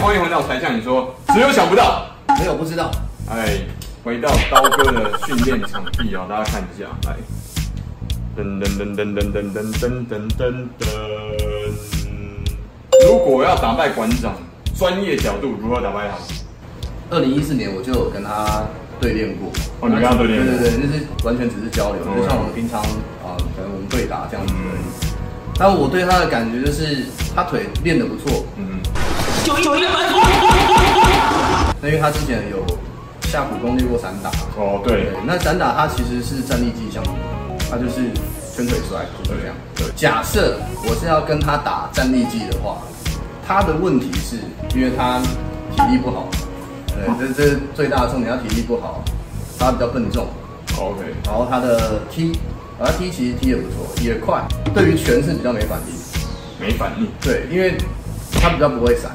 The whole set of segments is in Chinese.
后面回到才向你说，只有想不到。没有不知道，哎，回到刀哥的训练场地啊、大家看一下，来，噔噔噔噔噔噔噔噔噔噔噔。如果要打败馆长，专业角度如何打败他？二零一四年我就有跟他对练过。哦你跟他对练过对对对，就是完全只是交流，嗯就像我们平常啊、呃可能我们对打这样子而已。但我对他的感觉就是，他腿练得不错，嗯，那因为他之前有下苦功练过散打，哦对对，，那散打它其实是站立技项目，它就是圈腿摔，就是这样。对假设我是要跟他打站立技的话，他的问题是因为他体力不好，对，这这是最大的重点，他体力不好，他比较笨重，哦，OK，然后他的踢，然后他踢其实踢也不错，也快，对于拳是比较没反应，没反应。对，因为他比较不会闪，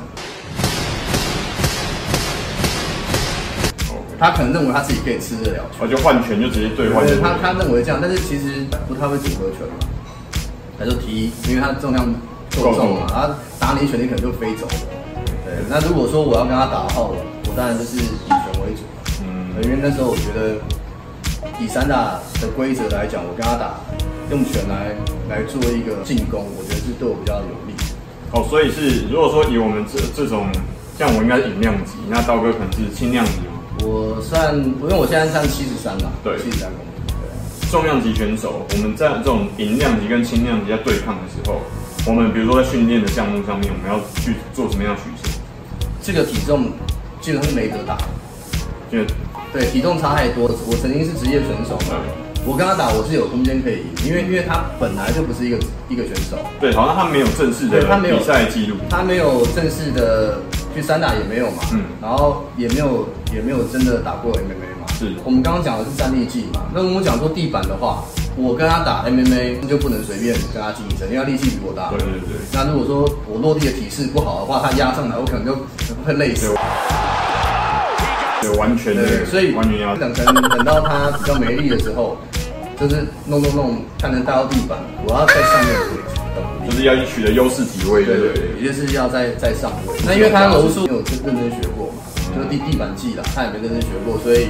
OK，他可能认为他自己可以吃得了拳。我就换拳就直接对换对拳。他他认为这样，但是其实不太会组合拳嘛，他就踢，因为他重量够重够重，嘛他打你一拳你可能就飞走了。对，那如果说我要跟他打的话，我我当然就是以拳为主，嗯对因为那时候我觉得以散打的规则来讲，我跟他打用拳来来做一个进攻，我觉得是对我比较有利。哦，所以是如果说以我们这这种，像我应该是饮料级，那刀哥可能是轻量级哦嘛，我算，因为我现在算七十三嘛，对七十三公斤，对，啊重量级选手，我们在这种银量级跟轻量级在对抗的时候，我们比如说在训练的项目上面，我们要去做什么样的取舍？这个体重基本上是没得打的。因为对，体重差太多。我曾经是职业选手嘛，我跟他打我是有空间可以赢，因为因为他本来就不是一个一个选手，对，好像他没有正式的对他没有比赛记录，他没有正式的去散打也没有嘛，嗯然后也没有也没有真的打过 MMA 嘛。是我们刚刚讲的是站立技嘛，那如果讲说地板的话，我跟他打 MMA 就不能随便跟他竞争，因为他力气比我大。对对对。那如果说我落地的体势不好的话，他压上来，我可能就会累死。对，完全对，的，所以完全要等等等到他比较没力的时候，就是弄弄弄，看能带到地板，我要在上面就有是要取得优势体位，力，对对对对对对，也就是要在在上位。那因为他柔术没有认真学过嘛，就是地地板技啦，他也没认真学过，所以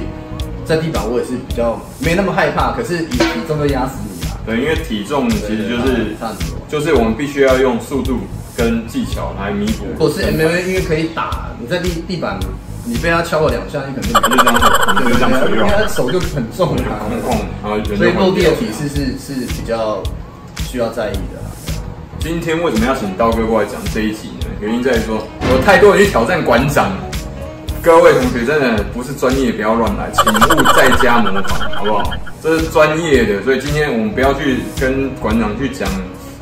在地板我也是比较没那么害怕，可是以体重就压死你啦。对，因为体重其实就对对是对差很多就是我们必须要用速度跟技巧来弥补。如果是 MMA，因为可以打，你在地地板，你被他敲了两下，你肯定就这样子，就这样使因用为，他手就很重啊就了。空空，然后人就所以落地的换掉体式是是比较需要在意的啦。今天为什么要请刀哥过来讲这一集呢？原因在于说有太多人去挑战馆长了。各位同学，真的不是专业，不要乱来，请勿在家模仿，好不好？这是专业的，所以今天我们不要去跟馆长去讲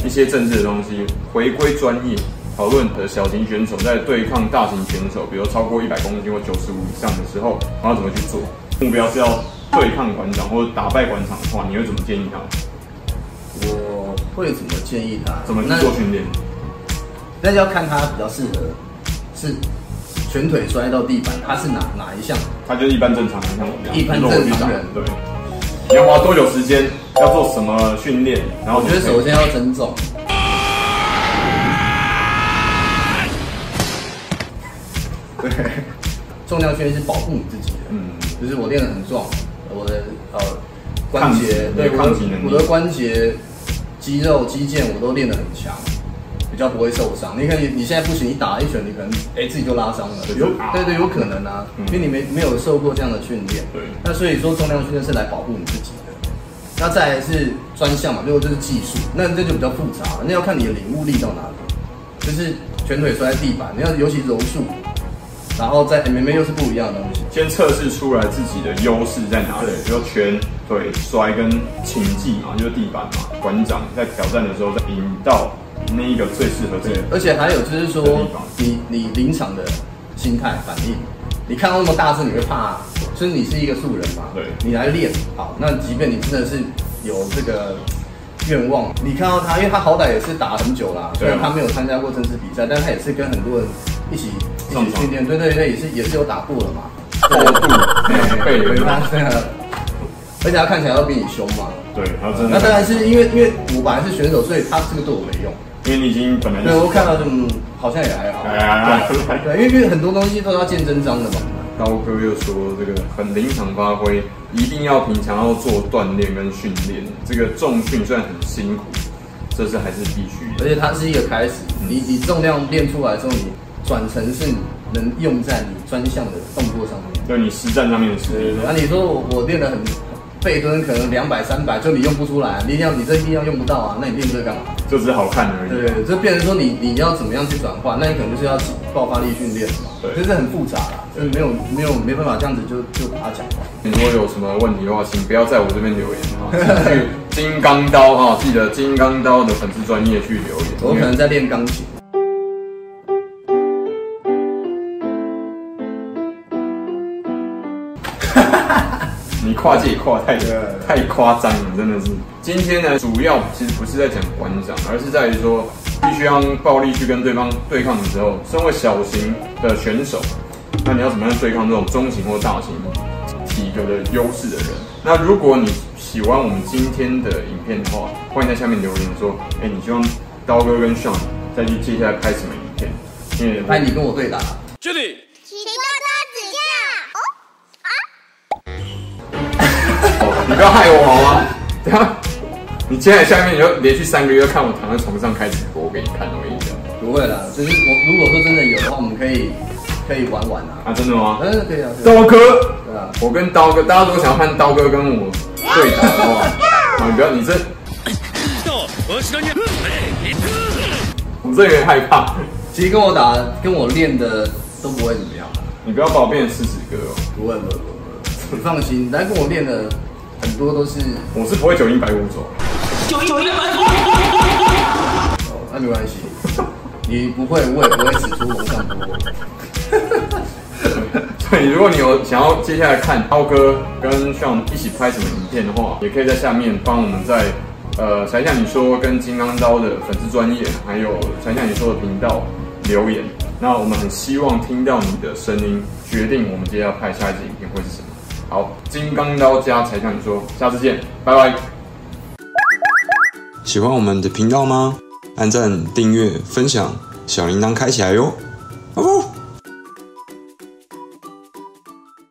一些政治的东西，回归专业，讨论的小型选手在对抗大型选手，比如超过一百公斤或九十五以上的时候，然后怎么去做？目标是要对抗馆长或者打败馆长的话，你会怎么建议他？我会怎么建议他？怎么去那做训练？那就要看他比较适合是全腿摔到地板，他是哪哪一项？他就是一般正常人，像我这样，一般就是我正常人去打对。你要花多久时间？要做什么训练？然后我觉得首先要增重，对，重量训练是保护你自己的。嗯，就是我练得很壮，我的呃关抗击节你的对我的抗击能力我的关节、肌肉、肌腱我都练得很强，比较不会受伤。你看你你现在不行，你打一拳你可能哎、自己就拉伤了，对有就啊对对有可能啊，嗯因为你没没有受过这样的训练。对那所以说重量训练是来保护你自己的。那再来是专项嘛，最后就是技术，那这就比较复杂了，那要看你的领悟力到哪里。就是拳腿摔在地板，你要尤其柔术，然后在 MMA 又是不一样的东西。先测试出来自己的优势在哪里，比如拳、腿、摔跟擒技嘛，就是地板嘛。馆长在挑战的时候，再引到那一个最适合自己对的，。而且还有就是说的地方，你你临场的心态反应，你看到那么大声你会怕、就是你是一个素人嘛，对你来练好，那即便你真的是有这个愿望，你看到他，因为他好歹也是打很久啦，虽对啊然他没有参加过正式比赛，但他也是跟很多人一起一上起场训练，对对对，也是也是有打过了嘛，过度两倍 对有他吗？这个，而且他看起来要比你凶嘛，对，然后啊真的，那当然是因为因为我本来是选手，所以他这个对我没用。因为你已经本来就对，我看到这种好像也还好。哎呀对对，因为因为很多东西都要见真章的嘛。刀哥又说这个很临场发挥，一定要平常要做锻炼跟训练。这个重训虽然很辛苦，这是还是必须而的。且它是一个开始，你你重量练出来之后，你转成是你能用在你专项的动作上面。就你实战上面的实对力对，对，那、你说我我练得很背蹲，可能两百三百，就你用不出来，力量你这力量用不到啊，那你练这个干嘛？就只是好看而对对已。对，就变成说你你要怎么样去转化，那你可能就是要爆发力训练嘛，对就是很复杂啦，就是没有没有没办法这样子就就把它讲完。你如果有什么问题的话，请不要在我这边留言啊，请去金刚刀哈，记得金刚刀的粉丝专业去留言。我可能在练钢琴。你跨界也跨太对太夸张了，真的是。今天呢，主要其实不是在讲馆长，而是在于说，必须要用暴力去跟对方对抗的时候，身为小型的选手，那你要怎么样对抗这种中型或大型体格的优势的人？那如果你喜欢我们今天的影片的话，欢迎在下面留言说，哎、你希望刀哥跟 Sean 再去接下来拍什么影片？因为拍哎你跟我对打， Judy，请多多指教。哦你不要害我好吗？等一下，你接下来下面你就连续三个月看我躺在床上开直播给你看而已的。不会啦，就是我如果说真的有的话，我们可以可以玩玩啊，啊，真的吗？嗯，可以啊，可以啊刀哥，对啊，我跟刀哥，大家如果想要看刀哥跟我对打的话，啊，你不要，你这到我是你。我这有点害怕，其实跟我打跟我练的都不会怎么样啊，你不要把我变成狮子哥哦，不会不会不会不会，你放心，来跟我练的很多都是，我是不会九阴白骨爪。哦那没关系，你不会我也不会使出龙上波。 对，如果你有想要接下来看刀哥跟像一起拍什么影片的话，也可以在下面帮我们在呃才向你说跟金刚刀的粉丝专业，还有才向你说的频道留言。那我们很希望听到你的声音，决定我们接下来拍下一支影片会是什么。好，金刚刀加才向你说，下次见，拜拜。喜欢我们的频道吗？按赞、订阅、分享，小铃铛开起来哟！哦。